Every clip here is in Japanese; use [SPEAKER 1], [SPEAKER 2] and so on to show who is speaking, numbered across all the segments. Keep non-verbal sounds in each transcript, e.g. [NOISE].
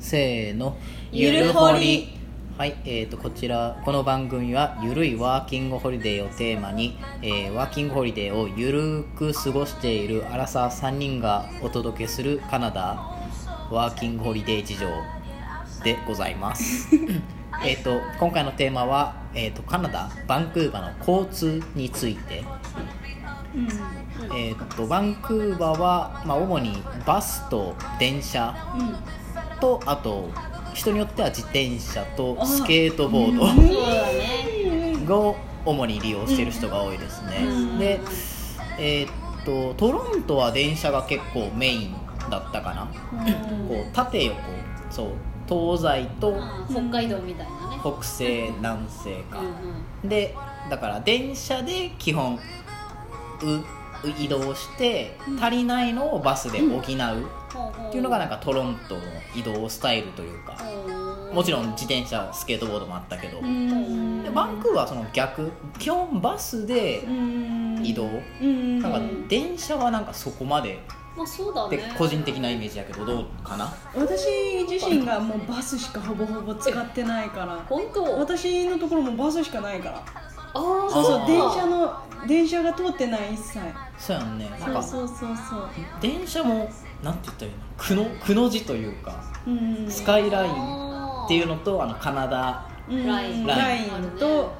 [SPEAKER 1] せーの
[SPEAKER 2] ゆるほり
[SPEAKER 1] はいえー、とこちらこの番組は「ゆるいワーキングホリデー」をテーマに、えーワーキングホリデーをゆるく過ごしているアラサー3人がお届けするカナダワーキングホリデー事情でございます
[SPEAKER 2] [LAUGHS]
[SPEAKER 1] えーと今回のテーマは、えー、とカナダバンクーバーの交通について
[SPEAKER 2] うん
[SPEAKER 1] えー、とバンクーバーは、まあ、主にバスと電車とあと人によっては自転車とスケートボー
[SPEAKER 2] そうだね
[SPEAKER 1] ドを主に利用している人が多いですね、
[SPEAKER 2] うん
[SPEAKER 1] でえーっとトロントは電車が結構メインだったかな、こう縦横そう東西と
[SPEAKER 3] 北海道みたいなね
[SPEAKER 1] 北西南西か、
[SPEAKER 3] うん
[SPEAKER 1] でだから電車で基本う移動して足りないのをバスで補うっ
[SPEAKER 3] うん
[SPEAKER 1] ていうのがなんかトロントの移動スタイルというかもちろん自転車スケートボードもあったけど
[SPEAKER 2] う
[SPEAKER 1] で
[SPEAKER 2] ん
[SPEAKER 1] バンクーバーはその逆基本バスで移動
[SPEAKER 2] うん
[SPEAKER 1] なんか電車はなんかそこまで
[SPEAKER 3] まあそうだ
[SPEAKER 1] って
[SPEAKER 3] ね
[SPEAKER 1] 個人的なイメージやけどどうかな
[SPEAKER 2] 私自身がもうバスしかほぼほぼ使ってないから
[SPEAKER 3] 本当
[SPEAKER 2] 私のところもバスしかないから
[SPEAKER 3] ああ
[SPEAKER 2] そう
[SPEAKER 1] あ
[SPEAKER 2] そ
[SPEAKER 1] ー
[SPEAKER 2] う電車の電車が通ってない一切
[SPEAKER 1] そうやんねなん
[SPEAKER 2] そう
[SPEAKER 1] か
[SPEAKER 2] そうそうそう
[SPEAKER 1] 電車もなんて言ったらいいのくのくの字というか
[SPEAKER 2] うん
[SPEAKER 1] スカイラインっ
[SPEAKER 3] って
[SPEAKER 1] いうのとあのカナダ
[SPEAKER 2] うん
[SPEAKER 3] ライン
[SPEAKER 2] ライ
[SPEAKER 3] ライン
[SPEAKER 2] ンと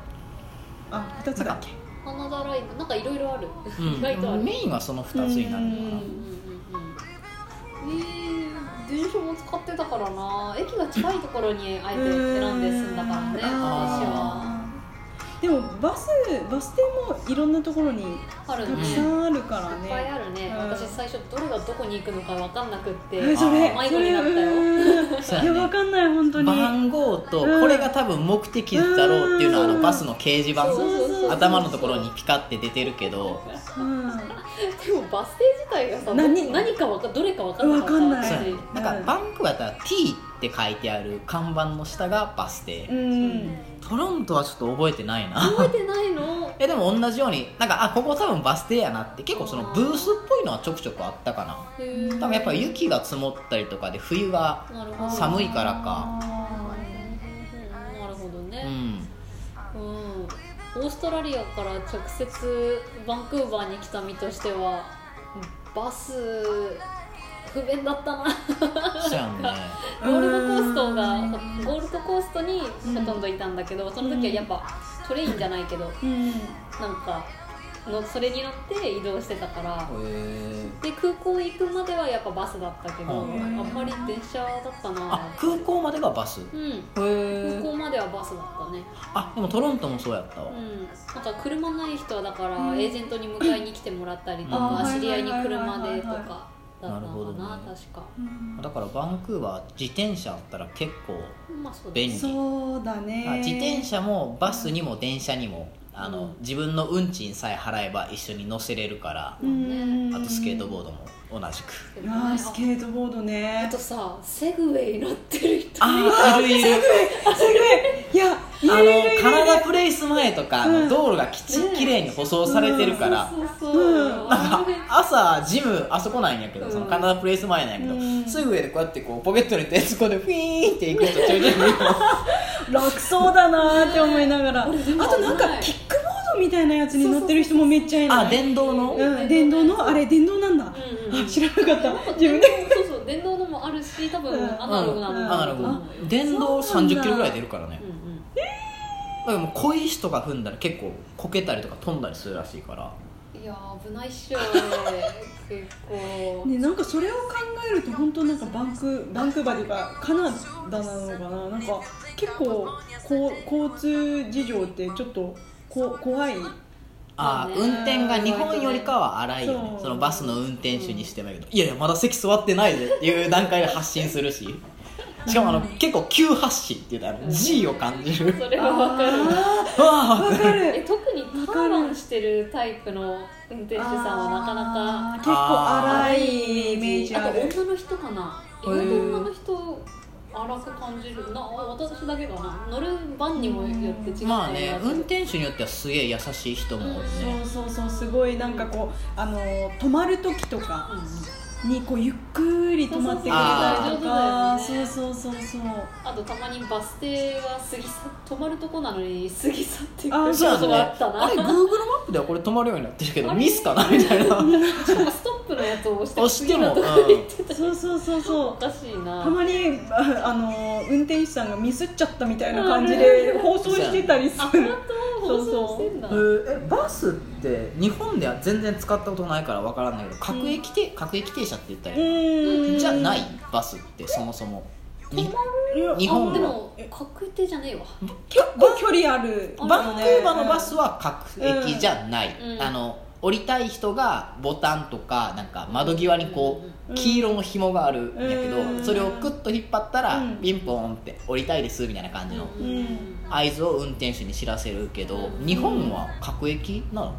[SPEAKER 2] あ二つだっけ
[SPEAKER 3] カナダラインなんかいろいろある、
[SPEAKER 1] うん
[SPEAKER 3] 意外とある、
[SPEAKER 1] メインはその2つになるのかな
[SPEAKER 2] う
[SPEAKER 3] うんうんうんうんえー、電車も使ってたからな駅が近いところにあえて選んで住んだからね私
[SPEAKER 2] うーん
[SPEAKER 3] は
[SPEAKER 2] あーでもバスバス停もいろんなところに
[SPEAKER 3] あ
[SPEAKER 2] た
[SPEAKER 3] るね
[SPEAKER 2] くさ
[SPEAKER 3] いっ
[SPEAKER 2] んあるから
[SPEAKER 3] ぱい
[SPEAKER 2] ね、
[SPEAKER 3] あるね、
[SPEAKER 2] うん
[SPEAKER 3] 私最初どれがどこに行くのか分かんなくって
[SPEAKER 2] えそれ
[SPEAKER 1] あー
[SPEAKER 3] 迷
[SPEAKER 2] そ
[SPEAKER 3] 子に
[SPEAKER 2] れ
[SPEAKER 3] なったよ
[SPEAKER 2] う
[SPEAKER 1] そうや
[SPEAKER 2] ーんい
[SPEAKER 1] ね
[SPEAKER 2] やわかんない本当に
[SPEAKER 1] 番号と
[SPEAKER 2] うん
[SPEAKER 1] これが多分目的だろうっていうのはあ
[SPEAKER 2] う
[SPEAKER 1] の
[SPEAKER 2] ん
[SPEAKER 1] バスの掲示板
[SPEAKER 3] そうそうそうそう
[SPEAKER 1] 頭のところにピカって出てるけど
[SPEAKER 2] うん
[SPEAKER 3] でもバス停自体がさ
[SPEAKER 2] 何
[SPEAKER 3] 何何かわかどれか分かんなかった
[SPEAKER 2] わかんない
[SPEAKER 1] そうやね
[SPEAKER 3] 私
[SPEAKER 1] なんかバンクーバーだったら T って書いてある看板の下がバス停
[SPEAKER 2] うん
[SPEAKER 1] トロントはちょっと覚えてない
[SPEAKER 3] 覚
[SPEAKER 1] な [LAUGHS]
[SPEAKER 3] えてないの
[SPEAKER 1] えでも同じようになんかあここ多分バス停やなって結構そのブースっぽいのはちょくちょくあったかな多分やっぱ雪が積もったりとかで冬
[SPEAKER 3] [LAUGHS]
[SPEAKER 1] が
[SPEAKER 3] なるほど
[SPEAKER 1] 寒いからか
[SPEAKER 3] う
[SPEAKER 2] あ
[SPEAKER 3] んなるほど
[SPEAKER 1] う
[SPEAKER 3] ね、
[SPEAKER 1] ん
[SPEAKER 3] うんオーストラリアから直接バンクーバーに来た身としてはバス不便だったな
[SPEAKER 1] そうやんね
[SPEAKER 3] ゴールドコーストが
[SPEAKER 2] うん
[SPEAKER 3] ゴールドコーストにほとんどいたんだけど、その時はやっぱトレインじゃないけど
[SPEAKER 2] ーうん
[SPEAKER 3] なんかのそれに乗って移動してたから
[SPEAKER 1] へー
[SPEAKER 3] で空港行くまではやっぱバスだったけど、
[SPEAKER 1] うん
[SPEAKER 3] あんまり電車だったな
[SPEAKER 1] あ空港までがバスへ
[SPEAKER 3] うん
[SPEAKER 1] え
[SPEAKER 3] 空港まではバスだったね
[SPEAKER 1] あでもトロントもそうやったわ
[SPEAKER 3] うんなんか車ない人はだから
[SPEAKER 2] うん
[SPEAKER 3] エージェントに迎えに来てもらったりとか、
[SPEAKER 1] あー
[SPEAKER 3] 知り合いに車
[SPEAKER 2] はいはいはいはい
[SPEAKER 3] でとかだった
[SPEAKER 1] なる
[SPEAKER 3] の
[SPEAKER 1] ほど
[SPEAKER 3] か
[SPEAKER 1] ね
[SPEAKER 3] な確か
[SPEAKER 1] だからバンクーバー自転車あったら結構、
[SPEAKER 3] まあそうだ
[SPEAKER 1] 便利
[SPEAKER 2] そうだ
[SPEAKER 1] あ
[SPEAKER 2] ね
[SPEAKER 1] 自転車もバスにも電車にもあの、
[SPEAKER 3] うん
[SPEAKER 1] 自分の運賃さえ払えば一緒に乗せれるから、
[SPEAKER 2] うん
[SPEAKER 1] あとスケートボードも同じく、
[SPEAKER 3] けどね
[SPEAKER 2] あースケートボード
[SPEAKER 3] あ
[SPEAKER 2] ね
[SPEAKER 3] とさセグウェイ乗ってる人
[SPEAKER 1] ああいるいる
[SPEAKER 2] あすごいいやい
[SPEAKER 1] あ
[SPEAKER 2] るいるい
[SPEAKER 1] の
[SPEAKER 2] る
[SPEAKER 1] カナダプレイス前とか、あの
[SPEAKER 2] うん
[SPEAKER 1] 道路がきち
[SPEAKER 3] ね
[SPEAKER 1] きれいに舗装されてるから、
[SPEAKER 3] そうそうそう、 [LAUGHS]
[SPEAKER 2] うん
[SPEAKER 3] あれ
[SPEAKER 1] 朝ジムあそこなんやけど、その
[SPEAKER 3] うん
[SPEAKER 1] カナダプレイス前なんやけど、
[SPEAKER 2] うん
[SPEAKER 1] すぐ上でこうやってこうポケットに手突っ込んでフィーンっていくとちょいちょい見る
[SPEAKER 2] 楽そうだなーって思いながらあ
[SPEAKER 3] 俺でも
[SPEAKER 2] となん
[SPEAKER 3] 危
[SPEAKER 2] か
[SPEAKER 3] ない
[SPEAKER 2] キックボードみたいなやつに乗ってる人もめっちゃいる
[SPEAKER 1] あ電動の、
[SPEAKER 2] うん、電動のあれ電動なんだ、
[SPEAKER 3] うんうん
[SPEAKER 2] あ知らなかった自
[SPEAKER 3] 電動
[SPEAKER 2] 分で
[SPEAKER 3] そうそう電動のもあるし多
[SPEAKER 2] う
[SPEAKER 3] 分
[SPEAKER 2] ん
[SPEAKER 3] アナログなの
[SPEAKER 2] うん
[SPEAKER 1] アナログ
[SPEAKER 3] うん
[SPEAKER 1] 電動
[SPEAKER 2] そうなんだ
[SPEAKER 1] 30キロぐらい出るからね
[SPEAKER 3] うんうん
[SPEAKER 1] だからもう小石とか踏んだら結構こけたりとか飛んだりするらしいから
[SPEAKER 3] いやー危ないっしょ結構
[SPEAKER 2] ね、なんかそれを考えると本当なんかバンクバンクーバーというかカナダなのかななんか結構こう交通事情ってちょっとこ怖い
[SPEAKER 1] ああ、
[SPEAKER 3] まあね
[SPEAKER 1] 運転が日本よりかは荒いよね
[SPEAKER 2] そう
[SPEAKER 1] そのバスの運転手にしてもいいけど、いやいやまだ席座ってないぜっていう段階で発信するししかもあの結構急発進っていうかあの G を感じる
[SPEAKER 3] それはわかる
[SPEAKER 2] あー
[SPEAKER 1] わあ
[SPEAKER 2] わか
[SPEAKER 3] え
[SPEAKER 2] る
[SPEAKER 3] 特にターバンしてるタイプの運転手さんはなかなか
[SPEAKER 2] あー結構荒いイメージあ
[SPEAKER 3] あと
[SPEAKER 2] る
[SPEAKER 3] 女の人かな意
[SPEAKER 1] へ
[SPEAKER 3] 外
[SPEAKER 1] ー
[SPEAKER 3] と女の人荒く感じるな私だけかな乗る番にもよって違ったり
[SPEAKER 1] [LAUGHS] まあね
[SPEAKER 3] はする
[SPEAKER 1] 運転手によってはすげえ優しい人もおるね
[SPEAKER 2] そうそうそうすごいなんかこうあの止まる時とか
[SPEAKER 3] うんうん
[SPEAKER 2] にこうゆっくり止まってくれたりとか
[SPEAKER 3] そうそうそう上手だよね
[SPEAKER 2] そうそうそうそうそう
[SPEAKER 3] あとたまにバス停は過ぎ去泊まるとこなのに過ぎ去ってい
[SPEAKER 2] あ
[SPEAKER 3] く
[SPEAKER 2] そう
[SPEAKER 1] だ
[SPEAKER 3] ことがあったな
[SPEAKER 1] あれ Google マップではこれ止まるようになってるけど
[SPEAKER 3] あれ
[SPEAKER 1] ミスかなみたいな
[SPEAKER 3] しかもストップのやつを押して
[SPEAKER 1] 押しても
[SPEAKER 3] 次のとこ行ってた
[SPEAKER 2] そうそうそうそ
[SPEAKER 3] お
[SPEAKER 2] う
[SPEAKER 3] かしいな
[SPEAKER 2] たまにああの運転手さんがミスっちゃったみたいな感じで放送してたりす
[SPEAKER 3] あ
[SPEAKER 2] る
[SPEAKER 3] 本当放送してんだ
[SPEAKER 1] えーえバスって日本では全然使ったことないからわからないけど各駅停、各駅停車って言ったら
[SPEAKER 2] う
[SPEAKER 1] いい
[SPEAKER 2] ーん
[SPEAKER 1] のじゃないバスってそもそもに
[SPEAKER 2] いや
[SPEAKER 1] 日本
[SPEAKER 2] あ
[SPEAKER 1] は
[SPEAKER 3] で
[SPEAKER 2] でも
[SPEAKER 3] も確定じゃねえわ
[SPEAKER 2] 結構距離ある
[SPEAKER 3] あ
[SPEAKER 1] バンクーバーのバス
[SPEAKER 2] は
[SPEAKER 1] は各駅じゃない、
[SPEAKER 3] うん
[SPEAKER 1] あの降りたい人がボタンとかなんか窓際にこう、
[SPEAKER 2] うん
[SPEAKER 1] 黄色の紐があるんやけど、
[SPEAKER 2] うん
[SPEAKER 1] それをクッと引っ張ったら、
[SPEAKER 2] うん
[SPEAKER 1] ピンポーンって降りたいですみたいな感じの
[SPEAKER 3] うん
[SPEAKER 2] うん
[SPEAKER 1] 合図を運転手に知らせるけど日本は各駅なの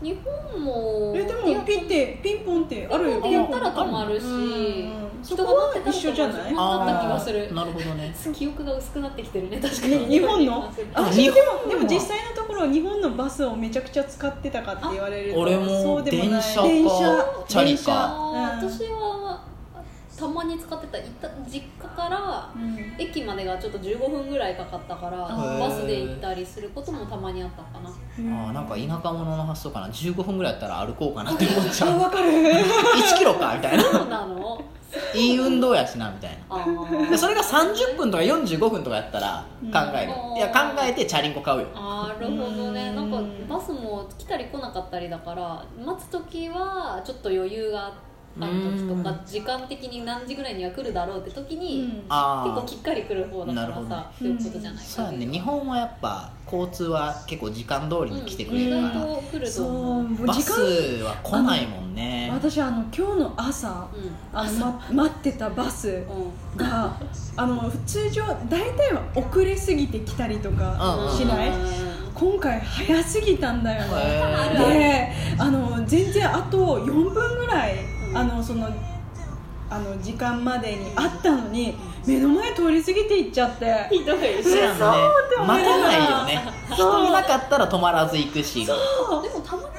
[SPEAKER 3] 日本も
[SPEAKER 2] えでもピンってピンポンってあるよ
[SPEAKER 3] ピンポンってやったら止まるし
[SPEAKER 2] うん
[SPEAKER 3] 人
[SPEAKER 2] そ
[SPEAKER 3] が
[SPEAKER 2] こ
[SPEAKER 3] 乗っ
[SPEAKER 2] は
[SPEAKER 3] てたら
[SPEAKER 2] 一緒じゃない
[SPEAKER 3] あーなった気がする
[SPEAKER 1] なるほどね
[SPEAKER 3] 記憶が薄くなってきてるね確か
[SPEAKER 2] ね
[SPEAKER 3] に
[SPEAKER 2] 日本の
[SPEAKER 1] あ
[SPEAKER 2] あ
[SPEAKER 1] 日
[SPEAKER 2] で
[SPEAKER 1] 本
[SPEAKER 2] もでも実際のところ日本のバスをめちゃくちゃ使ってたかって言われると
[SPEAKER 1] 俺
[SPEAKER 2] そ
[SPEAKER 1] も
[SPEAKER 2] うでない
[SPEAKER 1] 電車か
[SPEAKER 2] 電
[SPEAKER 1] チャリ
[SPEAKER 2] 電車
[SPEAKER 1] か
[SPEAKER 3] あー
[SPEAKER 2] うん
[SPEAKER 3] 私はたまに使ってたいた実家から
[SPEAKER 2] うん
[SPEAKER 3] 駅までがちょっと15分ぐらいかかったから
[SPEAKER 1] ー
[SPEAKER 3] バスで行ったりすることもたまにあったかな
[SPEAKER 1] あーなんか田舎者の発想かな15分ぐらいやったら歩こうかなって思っち
[SPEAKER 2] あ
[SPEAKER 1] ゃう
[SPEAKER 2] わかる
[SPEAKER 1] 1キロかみたいな
[SPEAKER 3] そうなの
[SPEAKER 1] いい運動やしなみたいな
[SPEAKER 3] あ
[SPEAKER 1] で
[SPEAKER 3] ー
[SPEAKER 1] それが30分とか45分とかやったら
[SPEAKER 2] うん
[SPEAKER 1] 考える、
[SPEAKER 3] うん
[SPEAKER 1] いや考えてチャリンコ買うよ
[SPEAKER 3] あーなるほどねなんか
[SPEAKER 2] うん
[SPEAKER 3] バスも来たり来なかったりだから待つ時はちょっと余裕がある時と
[SPEAKER 1] うん
[SPEAKER 3] か時間的に何時ぐらいには来るだろうって時に
[SPEAKER 2] あ
[SPEAKER 3] 結構
[SPEAKER 1] あ
[SPEAKER 3] きっかり来る方だか
[SPEAKER 1] なる
[SPEAKER 3] ら
[SPEAKER 1] ほど
[SPEAKER 3] さっていうことじゃない
[SPEAKER 1] そうやね日本はやっぱ交通は結構時間通りに来てくれる
[SPEAKER 3] うん
[SPEAKER 1] か
[SPEAKER 3] 意
[SPEAKER 1] ら、
[SPEAKER 3] 外と来ると
[SPEAKER 2] そう
[SPEAKER 3] 思う
[SPEAKER 2] もう
[SPEAKER 1] バ
[SPEAKER 2] 時
[SPEAKER 1] ス
[SPEAKER 2] 間
[SPEAKER 1] は来ないもんね
[SPEAKER 2] 私あの今日の朝
[SPEAKER 3] うん
[SPEAKER 2] あの、ま、待ってたバス
[SPEAKER 3] うん
[SPEAKER 2] があの通常大体は遅れすぎて来たりと
[SPEAKER 1] うんうん
[SPEAKER 2] かしない今回早すぎたんだよ
[SPEAKER 1] へ
[SPEAKER 2] ね
[SPEAKER 1] ー
[SPEAKER 2] であの全然あと4分ぐらい
[SPEAKER 3] うん
[SPEAKER 2] あのそのあの時間までにあったのに目の前通り過ぎていっちゃって
[SPEAKER 3] ひどい
[SPEAKER 1] そうやんね待たないよね
[SPEAKER 2] そう
[SPEAKER 1] 人いなかったら止まらず行くし
[SPEAKER 3] でもたまに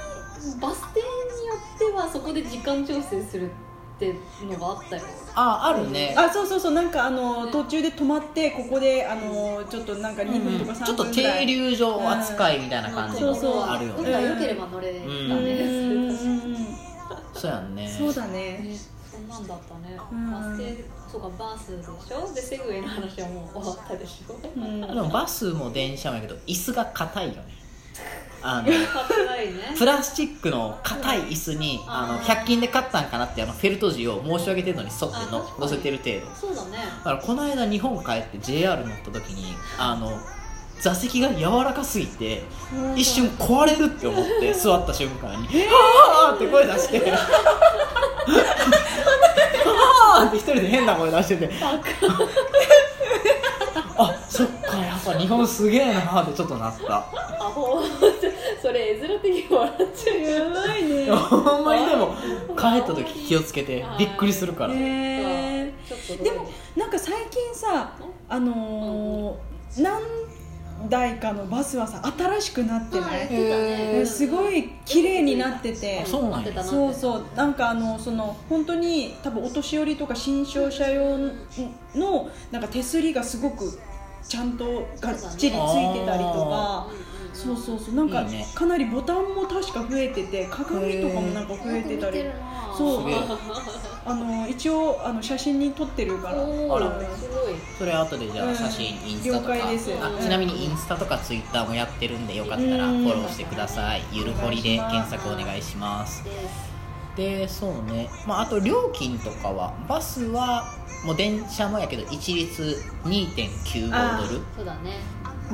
[SPEAKER 3] バス停によってはそこで時間調整するってのがあったよ
[SPEAKER 1] ああるね
[SPEAKER 2] あそうそうそうなんかあの途中で止まってここであのちょっとなんか2分とか
[SPEAKER 1] うんちょ
[SPEAKER 2] 3
[SPEAKER 1] っと
[SPEAKER 2] 分ぐらい
[SPEAKER 1] 停留所扱いみたいな感じ
[SPEAKER 2] そうそう
[SPEAKER 1] のあるよ
[SPEAKER 3] 運
[SPEAKER 1] ね
[SPEAKER 3] が良ければ乗れたね、
[SPEAKER 1] うん
[SPEAKER 2] うんうんうん
[SPEAKER 1] そうやんね
[SPEAKER 2] そうだね
[SPEAKER 3] ねそんなんだったね、
[SPEAKER 2] うん
[SPEAKER 3] バス停そうかバスでしょでセグウェイの話はもう終わったでしょ
[SPEAKER 2] うん
[SPEAKER 1] でもバスも電車もやけど椅子が硬いよね
[SPEAKER 2] [LAUGHS]
[SPEAKER 1] あの
[SPEAKER 3] 硬いね
[SPEAKER 1] プラスチックの硬い椅子にあの
[SPEAKER 3] あー
[SPEAKER 1] 100均で買ったんかなってあのフェルト地を申し上げてるのに沿って
[SPEAKER 3] あー
[SPEAKER 1] の
[SPEAKER 3] 確か
[SPEAKER 1] 乗
[SPEAKER 3] に
[SPEAKER 1] せてる程度
[SPEAKER 3] そうだね
[SPEAKER 1] だからこの間日本帰って JR 乗った時にあの座席が柔らかすぎて一瞬壊れるって思って座った瞬間に「はあ!」って声出して「はあ!」って一人で変な声出してて
[SPEAKER 3] バ
[SPEAKER 1] あそっかやっぱ日本すげえなーってちょっとなった
[SPEAKER 3] カアホそれ絵面的に笑っちゃう
[SPEAKER 2] やばい
[SPEAKER 1] い
[SPEAKER 2] ね
[SPEAKER 1] やほんまにでも帰った時気をつけてびっくりするから
[SPEAKER 2] ね
[SPEAKER 3] ちょっと
[SPEAKER 2] でもなんか最近さあのー何台かのバスはさ新しくなってな
[SPEAKER 3] はい
[SPEAKER 2] い、
[SPEAKER 1] へ
[SPEAKER 2] えすごい綺麗になってて
[SPEAKER 1] あそうなんや
[SPEAKER 3] ってたなって
[SPEAKER 2] そうそうなんかあのその本当に多分お年寄りとか新商社用のなんか手すりがすごくちゃんとがっちりついてたりと
[SPEAKER 3] うん
[SPEAKER 2] か
[SPEAKER 3] うんうん
[SPEAKER 2] そうそうそうなんか
[SPEAKER 1] いいね
[SPEAKER 2] かなりボタンも確か増えてて鏡とかもなんか増えてたり
[SPEAKER 3] よく見るな
[SPEAKER 2] そう
[SPEAKER 1] すげえ
[SPEAKER 2] あの一応あの写真に撮ってるから
[SPEAKER 3] お
[SPEAKER 1] あ
[SPEAKER 2] ら
[SPEAKER 3] ーすごい
[SPEAKER 1] それ後でじゃあ写真インスタとか
[SPEAKER 2] 了解です
[SPEAKER 1] あちなみにインスタとかツイッターもやってるんでよかったらフ
[SPEAKER 2] うん
[SPEAKER 1] ォローしてくださいゆるほりで検索お願いします
[SPEAKER 3] です
[SPEAKER 1] でそうね、まあ、あと料金とかはバスはもう電車もやけど一律2.95ドル
[SPEAKER 3] そうだね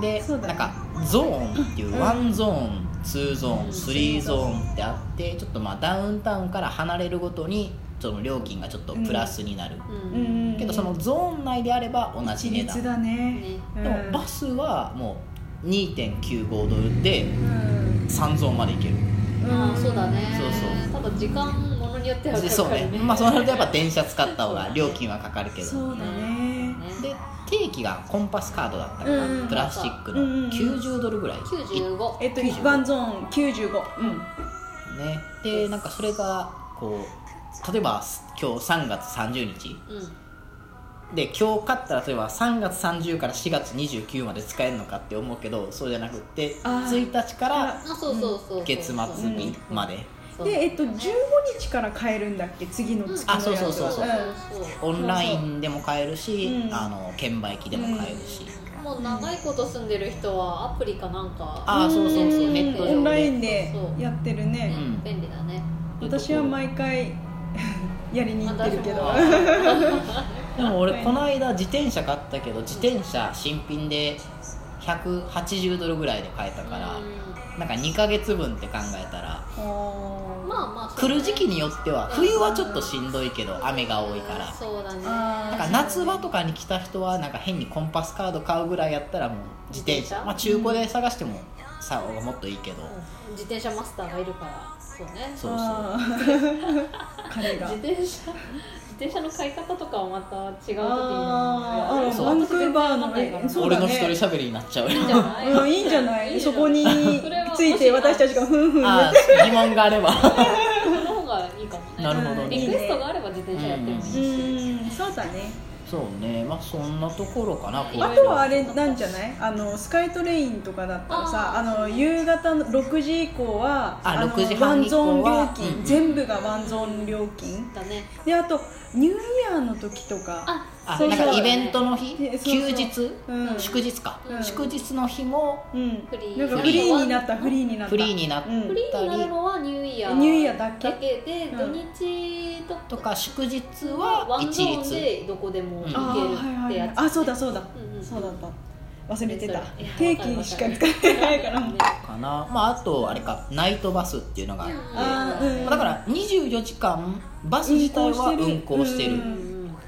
[SPEAKER 1] で、
[SPEAKER 2] そうだ
[SPEAKER 1] な
[SPEAKER 2] ね
[SPEAKER 1] んかゾーンっていう
[SPEAKER 2] うん
[SPEAKER 1] ワンゾーン、ツーゾー
[SPEAKER 3] う
[SPEAKER 1] ン、
[SPEAKER 3] ん
[SPEAKER 1] スリーゾーンってあってちょっとまあダウンタウンから離れるごとにその料金がちょっとプラスになる、
[SPEAKER 3] うん
[SPEAKER 2] うんうんうん
[SPEAKER 1] けどそのゾーン内であれば同じ
[SPEAKER 2] 一
[SPEAKER 1] 値段
[SPEAKER 2] 律だね
[SPEAKER 3] ね
[SPEAKER 2] うん
[SPEAKER 1] でもバスはもう2.95ドルで
[SPEAKER 2] うん
[SPEAKER 1] 3ゾーンまで行ける
[SPEAKER 3] ああそうだね
[SPEAKER 1] そう
[SPEAKER 3] ただ時間ものによっては
[SPEAKER 1] でそうねまあそうなるとやっぱ電車使った方が料金はかかるけ
[SPEAKER 2] そ
[SPEAKER 1] ど
[SPEAKER 2] うだね
[SPEAKER 1] で定期がコンパスカードだったから、
[SPEAKER 2] うん
[SPEAKER 1] プラスチック
[SPEAKER 2] うんうんう
[SPEAKER 1] の
[SPEAKER 2] ん
[SPEAKER 1] 90ドルぐらい、
[SPEAKER 3] 九十五
[SPEAKER 2] えっとワンゾーン95うん
[SPEAKER 1] ねでなんかそれがこう例えばす今日3月30日で今日買ったら例えば3月30から4月29まで使えるのかって思うけどそうじゃなくって
[SPEAKER 2] あー
[SPEAKER 1] 1日から
[SPEAKER 3] あそうそうそうそう
[SPEAKER 1] 月末日まで
[SPEAKER 3] そう
[SPEAKER 2] でえっと15日から買えるんだっけ次の月の
[SPEAKER 1] あ
[SPEAKER 2] やつ
[SPEAKER 1] そうそうそうそうんオンラインでも買えるし
[SPEAKER 2] うん
[SPEAKER 1] あの券売機でも買えるし、
[SPEAKER 3] もう長いこと住んでる人はアプリかなんか
[SPEAKER 1] あーそうそうそうんネット上で
[SPEAKER 2] オンラインでやってる
[SPEAKER 3] う
[SPEAKER 2] ね、
[SPEAKER 3] ん便利だね
[SPEAKER 2] 私は毎回 [LAUGHS] やりに行ってるけど
[SPEAKER 3] 私も
[SPEAKER 1] でも俺この間自転車買ったけど自転車新品で180ドルぐらいで買えたから、
[SPEAKER 3] うん
[SPEAKER 1] なんか2ヶ月分って考えたら
[SPEAKER 2] あ
[SPEAKER 3] まあまあ
[SPEAKER 1] 来る時期によっては
[SPEAKER 3] うん
[SPEAKER 1] 冬はちょっとしんどいけど雨が多いから
[SPEAKER 3] そうだね
[SPEAKER 2] あ
[SPEAKER 1] なんか夏場とかに来た人はなんか変にコンパスカード買うぐらいやったらもう自転
[SPEAKER 3] 自転
[SPEAKER 1] 車、
[SPEAKER 3] 車
[SPEAKER 1] まあ、中古で探してもさがもっといいけど
[SPEAKER 3] うん自転車マスターがいるからそうね
[SPEAKER 1] そうそう
[SPEAKER 2] あー [LAUGHS] 彼が
[SPEAKER 3] 自転車自転車の買い方とかはまた違う時に
[SPEAKER 2] あーあ
[SPEAKER 1] そ
[SPEAKER 2] の
[SPEAKER 1] う
[SPEAKER 2] バンクーバーの
[SPEAKER 3] ね
[SPEAKER 2] ねそう
[SPEAKER 1] 俺
[SPEAKER 2] だ
[SPEAKER 1] の一人
[SPEAKER 2] ね
[SPEAKER 1] 喋りになっちゃうよ
[SPEAKER 3] じゃない
[SPEAKER 2] うん、いいんじゃないそこについて私たちがふんふん
[SPEAKER 1] [LAUGHS] ああ疑問があれば
[SPEAKER 3] その方がいいかもね
[SPEAKER 1] なるほどね
[SPEAKER 3] リクエストがあれば自転車やってもいいし、
[SPEAKER 2] うんそうだね
[SPEAKER 1] そうねまあそんなところかなこ
[SPEAKER 2] あとはあれなんじゃないあのスカイトレインとかだったらさあ
[SPEAKER 3] あー
[SPEAKER 2] の夕方の6時以降は
[SPEAKER 1] あ
[SPEAKER 2] の
[SPEAKER 1] 6時半以降は
[SPEAKER 2] ワンゾーン料金、
[SPEAKER 1] うん
[SPEAKER 2] 全部がワンゾーン料金
[SPEAKER 3] だね
[SPEAKER 2] であとニューイヤーの時とか
[SPEAKER 3] あ
[SPEAKER 1] あ
[SPEAKER 2] そう
[SPEAKER 1] なん
[SPEAKER 2] そう
[SPEAKER 1] かイベントの日
[SPEAKER 2] ねそうそう
[SPEAKER 1] 休日、
[SPEAKER 2] うん
[SPEAKER 1] 祝日か、
[SPEAKER 2] うん
[SPEAKER 1] 祝日の日も
[SPEAKER 2] うん
[SPEAKER 3] フリー
[SPEAKER 2] なんかフリーになったフリーになった
[SPEAKER 1] フリーになっ
[SPEAKER 2] うん
[SPEAKER 3] フリーになるのはニューイヤー
[SPEAKER 2] ニューイヤーだけ
[SPEAKER 3] で
[SPEAKER 2] うん
[SPEAKER 3] 土日と
[SPEAKER 1] とか祝日
[SPEAKER 3] ワ
[SPEAKER 1] は
[SPEAKER 3] ン
[SPEAKER 1] 一
[SPEAKER 3] ゾーン
[SPEAKER 1] 律
[SPEAKER 3] でどこでも
[SPEAKER 1] うん
[SPEAKER 3] 行
[SPEAKER 2] あ
[SPEAKER 3] ける
[SPEAKER 2] ー
[SPEAKER 3] っ
[SPEAKER 2] は
[SPEAKER 3] て
[SPEAKER 2] いはい
[SPEAKER 3] や
[SPEAKER 2] は
[SPEAKER 3] つ、
[SPEAKER 2] いあそうだそうだ
[SPEAKER 3] うんうん
[SPEAKER 2] そうだった忘れてた
[SPEAKER 3] いや
[SPEAKER 2] 定期にしか使ってないからもう
[SPEAKER 1] かなまああとあれかナイトバスっていうのがある
[SPEAKER 2] あーうん
[SPEAKER 1] だから24時間バス自体は運
[SPEAKER 2] 運
[SPEAKER 1] 行
[SPEAKER 2] 行
[SPEAKER 1] し
[SPEAKER 2] してて
[SPEAKER 1] る
[SPEAKER 2] る
[SPEAKER 3] う
[SPEAKER 2] うん
[SPEAKER 1] だ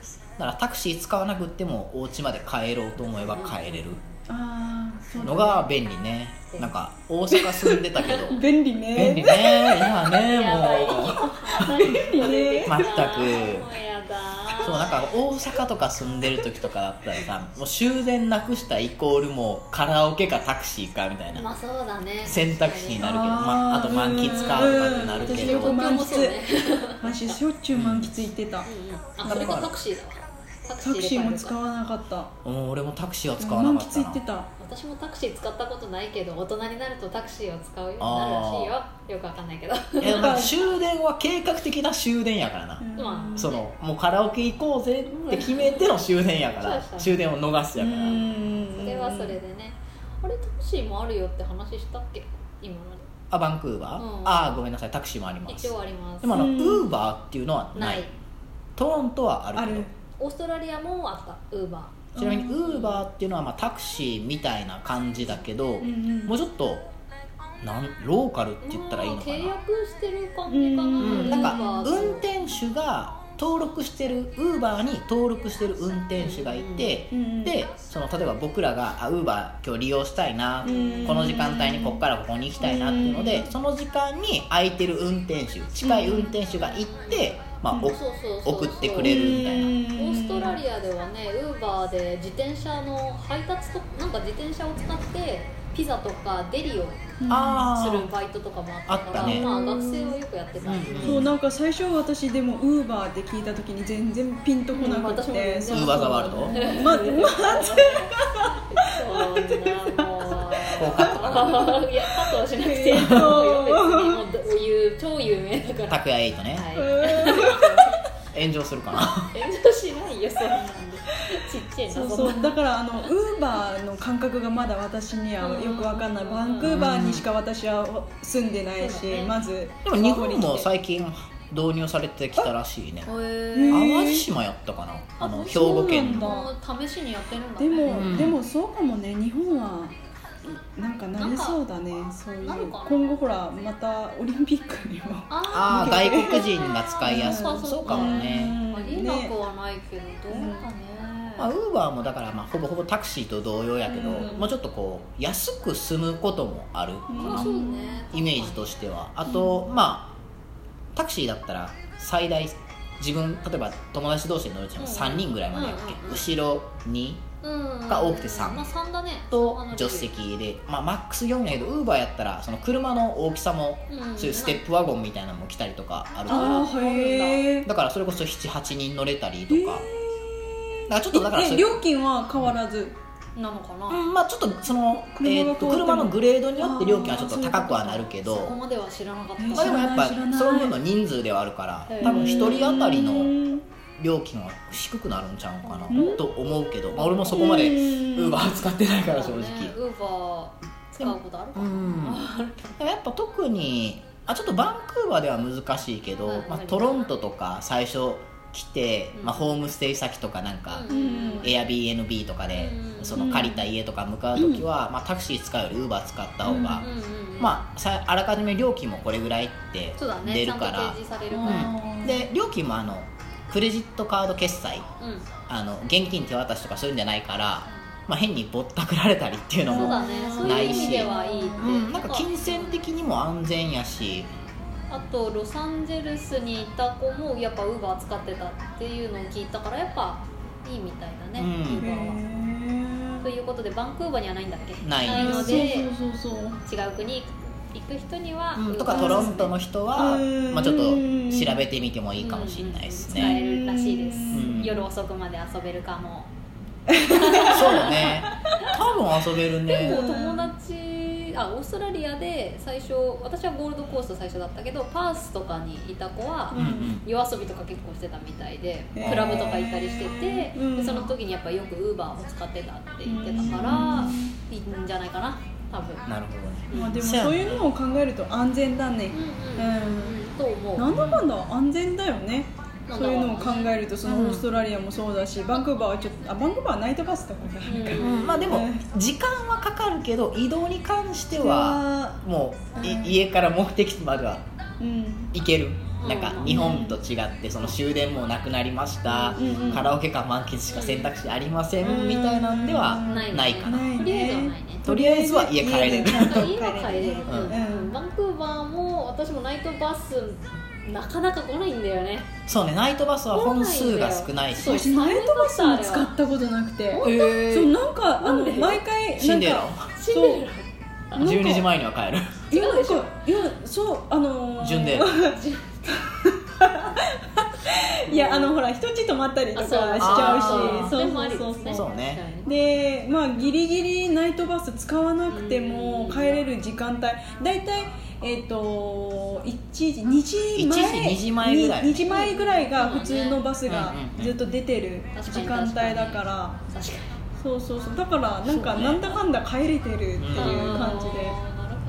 [SPEAKER 1] からタクシー使わなくってもお家まで帰ろうと思えば帰れる
[SPEAKER 2] あーそうだね
[SPEAKER 1] のが便利ねなんか大阪住んでたけど
[SPEAKER 2] 便
[SPEAKER 1] 便利
[SPEAKER 2] 利
[SPEAKER 1] ね
[SPEAKER 2] ね
[SPEAKER 1] 今ね
[SPEAKER 3] [LAUGHS] やばい
[SPEAKER 1] も
[SPEAKER 2] 便利ね
[SPEAKER 1] う全
[SPEAKER 3] あー
[SPEAKER 1] く
[SPEAKER 3] もうやだ
[SPEAKER 1] そうなんか大阪とか住んでる時とかだったらさもう終電なくしたイコールもうカラオケかタクシーかみたいな
[SPEAKER 3] まあそうだね
[SPEAKER 1] 選択肢になるけど
[SPEAKER 2] あー
[SPEAKER 1] まああと満喫かとかってなるけ
[SPEAKER 2] うん
[SPEAKER 1] ど
[SPEAKER 3] 東
[SPEAKER 2] 私よく
[SPEAKER 3] 京もそうね
[SPEAKER 2] 私しょっちゅう満喫行ってた
[SPEAKER 3] うんうんあそれがタクシーだわタクシ
[SPEAKER 2] タ
[SPEAKER 3] ー
[SPEAKER 2] ク
[SPEAKER 3] で
[SPEAKER 2] シ
[SPEAKER 3] 帰
[SPEAKER 2] ー
[SPEAKER 3] る
[SPEAKER 2] も
[SPEAKER 3] か
[SPEAKER 2] 使わなかった
[SPEAKER 1] うん俺もタクシーは使わ
[SPEAKER 2] 満
[SPEAKER 1] なかった
[SPEAKER 2] 喫行
[SPEAKER 1] な
[SPEAKER 2] ってた
[SPEAKER 3] 私もタクシー使ったことないけど大人になるとタクシーを使うようになるらしいよよくわかんないけど
[SPEAKER 1] いやでも
[SPEAKER 3] [LAUGHS]
[SPEAKER 1] なんか終電は計画的な終電やからな、
[SPEAKER 3] ま
[SPEAKER 1] そのもうカラオケ行こうぜって決めての終電やか
[SPEAKER 3] そう
[SPEAKER 1] ら
[SPEAKER 3] そう
[SPEAKER 1] 終電を逃すやから、
[SPEAKER 3] それはそれでねあれタクシーもあるよって話したっけ今まで
[SPEAKER 1] あバンクーバー、
[SPEAKER 3] うん
[SPEAKER 1] ああごめんなさいタクシーもあります
[SPEAKER 3] 一応あります
[SPEAKER 1] でもあの
[SPEAKER 2] う
[SPEAKER 1] ウ
[SPEAKER 2] ん
[SPEAKER 1] ーバーっていうのはな
[SPEAKER 3] ないい
[SPEAKER 1] トロントはあるけど
[SPEAKER 2] ある
[SPEAKER 3] オーストラリアもあったウーバ
[SPEAKER 1] ちなみに
[SPEAKER 2] うん
[SPEAKER 1] ウーバーっていうのはまあタクシーみたいな感じだけど、もうちょっとなんローカルって
[SPEAKER 3] ー
[SPEAKER 1] 言ったらいいのか
[SPEAKER 3] 契
[SPEAKER 1] な、
[SPEAKER 3] 約してる感じかな、
[SPEAKER 2] うん
[SPEAKER 1] なん
[SPEAKER 3] ウーバ
[SPEAKER 1] か
[SPEAKER 3] ーと
[SPEAKER 1] 運転手が登録してるウーバーに登録してる運転手がいて、でその例えば僕らがあウーバー今日利用したいな、この時間帯にここからここに行きたいなっていうので、
[SPEAKER 2] うん
[SPEAKER 1] その時間に空いてる運転手近い運転手が行って、まあ、
[SPEAKER 2] う
[SPEAKER 1] お
[SPEAKER 2] ん
[SPEAKER 3] そうそうそう
[SPEAKER 1] 送ってくれるみたいな
[SPEAKER 3] オーストラリアではねウーバーで自転車の配達となんか自転車を使ってピザとかデリを
[SPEAKER 2] あ
[SPEAKER 1] あ
[SPEAKER 3] する
[SPEAKER 1] ー
[SPEAKER 3] バイトとかもあったか
[SPEAKER 1] あっ
[SPEAKER 3] ら
[SPEAKER 1] たね
[SPEAKER 3] まあ、学生はよくやってた、
[SPEAKER 1] うん
[SPEAKER 2] そうなんか最初私でもウーバーって聞いた時に全然ピンとこなくて
[SPEAKER 1] ウーバーザワールド
[SPEAKER 2] ままず
[SPEAKER 3] そんなもう
[SPEAKER 1] [LAUGHS] こうカット
[SPEAKER 3] いやカットはしなくていいよ別にもうお湯超有名だから
[SPEAKER 1] 拓也8ね、
[SPEAKER 3] はい
[SPEAKER 1] 炎上するかな
[SPEAKER 3] 炎上しないよそんなんでちっちゃいな
[SPEAKER 2] そう
[SPEAKER 3] そんな
[SPEAKER 2] そうだからあのウーバーの感覚がまだ私にはよくわかんないバンクーバーにしか私は住んでない
[SPEAKER 3] そうだ
[SPEAKER 2] し
[SPEAKER 3] ね
[SPEAKER 2] まず
[SPEAKER 1] でも日本も最近導入されてきたらしいね
[SPEAKER 2] へー
[SPEAKER 1] 淡路島やったかなあの兵庫県の
[SPEAKER 3] もう試しにやってるんだ
[SPEAKER 2] で
[SPEAKER 3] ね
[SPEAKER 2] も、
[SPEAKER 1] うん
[SPEAKER 2] でもそうかもね日本はいなんかなりそうだねそういう
[SPEAKER 3] なるかな
[SPEAKER 2] 今後ほらまたオリンピックにも
[SPEAKER 1] ああ
[SPEAKER 3] あ
[SPEAKER 1] 外国人が使いやすい
[SPEAKER 3] うん
[SPEAKER 1] そうかもね、
[SPEAKER 3] ーありえなく
[SPEAKER 2] ね
[SPEAKER 3] はないけどどうかね、
[SPEAKER 1] まあ、ウーバーもだからまあほぼほぼタクシーと同様やけど、
[SPEAKER 2] うん
[SPEAKER 1] もうちょっとこう安く済むこともあるか
[SPEAKER 2] うん
[SPEAKER 1] な、
[SPEAKER 3] あそうね
[SPEAKER 1] イメージとしてはあと、まあタクシーだったら最大自分例えば友達同士で乗るじゃん
[SPEAKER 3] うん
[SPEAKER 1] 3人ぐらいまでやっけ、
[SPEAKER 3] うんうんうん
[SPEAKER 1] 後ろ2
[SPEAKER 3] うん
[SPEAKER 1] が多くて三
[SPEAKER 3] まあ3だね
[SPEAKER 1] と
[SPEAKER 3] あの
[SPEAKER 1] 助手席で、まあ、マックス4やけどウーバーやったらその車の大きさも
[SPEAKER 3] うん
[SPEAKER 1] そういうステップワゴンみたいなのも来たりとかあるか
[SPEAKER 2] あ
[SPEAKER 1] ら
[SPEAKER 2] ーへえ
[SPEAKER 1] だからそれこそ78人乗れたりとかからちょっとだからそ
[SPEAKER 2] え
[SPEAKER 1] ういう
[SPEAKER 2] 料金は変わらず
[SPEAKER 3] なのかな、
[SPEAKER 1] うんまあちょっとその
[SPEAKER 2] 車が
[SPEAKER 1] えーっと
[SPEAKER 2] こう
[SPEAKER 1] 車のグレードによって料金はちょっと高くはなるけ
[SPEAKER 3] そこ
[SPEAKER 1] ど
[SPEAKER 3] までは知らなかった、
[SPEAKER 2] えー
[SPEAKER 1] まあでもやっぱ
[SPEAKER 2] 知らない
[SPEAKER 1] その分の人数ではあるから
[SPEAKER 3] へー
[SPEAKER 1] 多分一人当たり
[SPEAKER 2] う
[SPEAKER 1] の
[SPEAKER 2] ん
[SPEAKER 1] 料金は低くなるんちゃうかな
[SPEAKER 2] うん
[SPEAKER 1] と思うけど、まあ、俺もそこまで
[SPEAKER 2] う
[SPEAKER 1] ウ
[SPEAKER 2] ん
[SPEAKER 1] ーバー使ってないから正直
[SPEAKER 3] ウーバー使うことあるか
[SPEAKER 1] う
[SPEAKER 3] な、
[SPEAKER 1] んでもやっぱ特にあちょっとバンクーバーでは難しいけど、
[SPEAKER 3] うん
[SPEAKER 1] まあ、トロントとか最初来て、
[SPEAKER 3] うん
[SPEAKER 1] まあ、ホームステイ先とかなんか、
[SPEAKER 3] うん
[SPEAKER 1] Airbnb とかで
[SPEAKER 3] うん
[SPEAKER 1] その借りた家とか向かう時は、まあ、タクシー使うより Uber 使った方が、
[SPEAKER 3] うんうんうん
[SPEAKER 1] まあ、さあらかじめ料金もこれぐらいって
[SPEAKER 3] そうだね
[SPEAKER 1] 出るから、
[SPEAKER 3] ちゃんと提示されるか
[SPEAKER 2] あー
[SPEAKER 1] で料金もあのクレジットカード決済
[SPEAKER 3] ら、うん
[SPEAKER 1] あの現金手渡しとかそういうんじゃないから、まあ、変にぼったくられたりっていうの
[SPEAKER 3] そう
[SPEAKER 1] も、
[SPEAKER 3] だねそういう意味ではいいって、
[SPEAKER 1] うん、なんか金銭的にも安全やし、
[SPEAKER 3] あとロサンゼルスにいた子もやっぱウーバー使ってたっていうのを聞いたからやっぱいいみたいだね、
[SPEAKER 1] うん
[SPEAKER 3] ウーバーは。
[SPEAKER 2] へー
[SPEAKER 3] ということでバンクーバーにはないんだっけ
[SPEAKER 1] ない
[SPEAKER 3] ので
[SPEAKER 2] そうそうそうそう
[SPEAKER 3] 違う国行く人には、
[SPEAKER 1] うんとかトロントの人は、
[SPEAKER 2] うん
[SPEAKER 1] まあ、ちょっと調べてみてもいいかもしれないです
[SPEAKER 3] 使
[SPEAKER 1] ね、
[SPEAKER 3] えるらしいです、
[SPEAKER 1] うん
[SPEAKER 3] 夜遅くまで遊べるかも、
[SPEAKER 1] そうね多分遊べる
[SPEAKER 3] 結
[SPEAKER 1] ね
[SPEAKER 3] 構友達あオーストラリアで最初私はゴールドコースト最初だったけどパースとかにいた子は、
[SPEAKER 1] うんうん
[SPEAKER 3] 夜遊びとか結構してたみたいで
[SPEAKER 2] へー
[SPEAKER 3] クラブとか行ったりしてて、
[SPEAKER 2] うん
[SPEAKER 3] でその時にやっぱよくウーバーを使ってたって言ってたから、いいんじゃないかな多分
[SPEAKER 1] なるほどね
[SPEAKER 2] まあでも
[SPEAKER 1] せやね
[SPEAKER 2] そういうのを考えると安全だね
[SPEAKER 3] うんうん、うんと思う
[SPEAKER 2] なんだかんだ安全だよね
[SPEAKER 3] なん
[SPEAKER 2] そ
[SPEAKER 3] だ
[SPEAKER 2] う
[SPEAKER 3] かんだ
[SPEAKER 2] いうのを考えるとその
[SPEAKER 1] うん
[SPEAKER 2] オーストラリアもそうだしバンクーバーはちょっとあバンクーバーはナイトバスとかがあるから
[SPEAKER 3] うん
[SPEAKER 1] まあでも
[SPEAKER 2] うん
[SPEAKER 1] 時間はかかるけど移動に関して
[SPEAKER 2] それ
[SPEAKER 1] は
[SPEAKER 2] は
[SPEAKER 1] もうい
[SPEAKER 2] うん
[SPEAKER 1] 家から目的地までは
[SPEAKER 2] うん
[SPEAKER 1] 行ける
[SPEAKER 3] うん
[SPEAKER 1] なんか日本と違ってその終電もなくなりました
[SPEAKER 2] うんうん
[SPEAKER 1] カラオケか満喫しか選択肢ありませ
[SPEAKER 2] うん
[SPEAKER 1] んみたいなんでは
[SPEAKER 3] ないね
[SPEAKER 1] ないかな
[SPEAKER 2] ないね
[SPEAKER 3] とりあえずはないね
[SPEAKER 1] とりあえずは家帰れる
[SPEAKER 2] 家で
[SPEAKER 3] 家は帰れる、
[SPEAKER 2] うん
[SPEAKER 3] うんバンクーバーも私もナイトバスなかなか来ないんだよね
[SPEAKER 1] そうねナイトバスは本数が少ないし
[SPEAKER 3] そう
[SPEAKER 2] 私ナイトバスも使ったことなくて
[SPEAKER 1] え
[SPEAKER 2] そう
[SPEAKER 1] ー
[SPEAKER 2] なんかあ
[SPEAKER 3] な
[SPEAKER 2] の
[SPEAKER 3] んで
[SPEAKER 2] 毎回
[SPEAKER 1] 死
[SPEAKER 2] なんん
[SPEAKER 1] でえの
[SPEAKER 2] か
[SPEAKER 3] シン
[SPEAKER 2] そう
[SPEAKER 3] デレラ
[SPEAKER 2] なんか
[SPEAKER 1] 12時前には帰る
[SPEAKER 2] いや
[SPEAKER 3] 違うでしょ
[SPEAKER 2] いやそうあのー
[SPEAKER 1] 順で
[SPEAKER 2] いやあのほら人んち泊まったりとかしち
[SPEAKER 1] あ
[SPEAKER 2] ゃうし
[SPEAKER 1] ー
[SPEAKER 3] そ
[SPEAKER 2] そうう
[SPEAKER 3] もあり
[SPEAKER 2] そう
[SPEAKER 3] です
[SPEAKER 2] そう
[SPEAKER 3] ね
[SPEAKER 2] そう
[SPEAKER 1] そうね
[SPEAKER 3] 確かに
[SPEAKER 2] でまあギリギリナイトバス使わなくても
[SPEAKER 3] うん
[SPEAKER 2] 帰れる時間帯大体えっ、と1時2時
[SPEAKER 1] 1時
[SPEAKER 2] 前
[SPEAKER 1] 2時前ぐらい
[SPEAKER 2] に2時前ぐらいが普通のバスが
[SPEAKER 1] うんうん
[SPEAKER 2] ずっと出てる時間帯だ
[SPEAKER 3] 確
[SPEAKER 2] から
[SPEAKER 3] 確かに
[SPEAKER 2] そうそうそうだからなんか
[SPEAKER 1] そうね
[SPEAKER 2] なんだかんだ帰れてるっていう感じで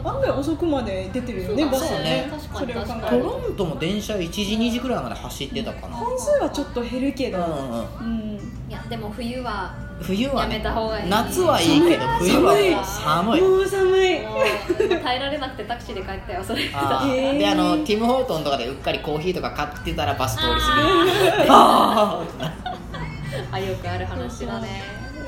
[SPEAKER 2] 案外遅くまで出てるよね
[SPEAKER 3] そう
[SPEAKER 2] バ
[SPEAKER 3] だ
[SPEAKER 2] ス
[SPEAKER 1] ね
[SPEAKER 3] そうね
[SPEAKER 2] それを考
[SPEAKER 1] ト
[SPEAKER 2] える
[SPEAKER 1] ロントも電車1時2時くらいまで走ってたかな
[SPEAKER 2] 本数はちょっと減るけ
[SPEAKER 1] う
[SPEAKER 2] ど
[SPEAKER 1] んうんうん
[SPEAKER 2] うん
[SPEAKER 3] いやでも冬は
[SPEAKER 1] 冬は、ね、
[SPEAKER 3] やめた方がいい
[SPEAKER 1] 夏はいいけど
[SPEAKER 2] 寒い
[SPEAKER 1] 冬は寒い
[SPEAKER 2] もう寒い
[SPEAKER 3] もう耐えられなくてタクシーで帰ったよそれ
[SPEAKER 1] あー
[SPEAKER 2] へー
[SPEAKER 1] であのティム・ホートンとかでうっかりコーヒーとか買ってたらバス通り過ぎる [LAUGHS] あ
[SPEAKER 3] あよくある話だね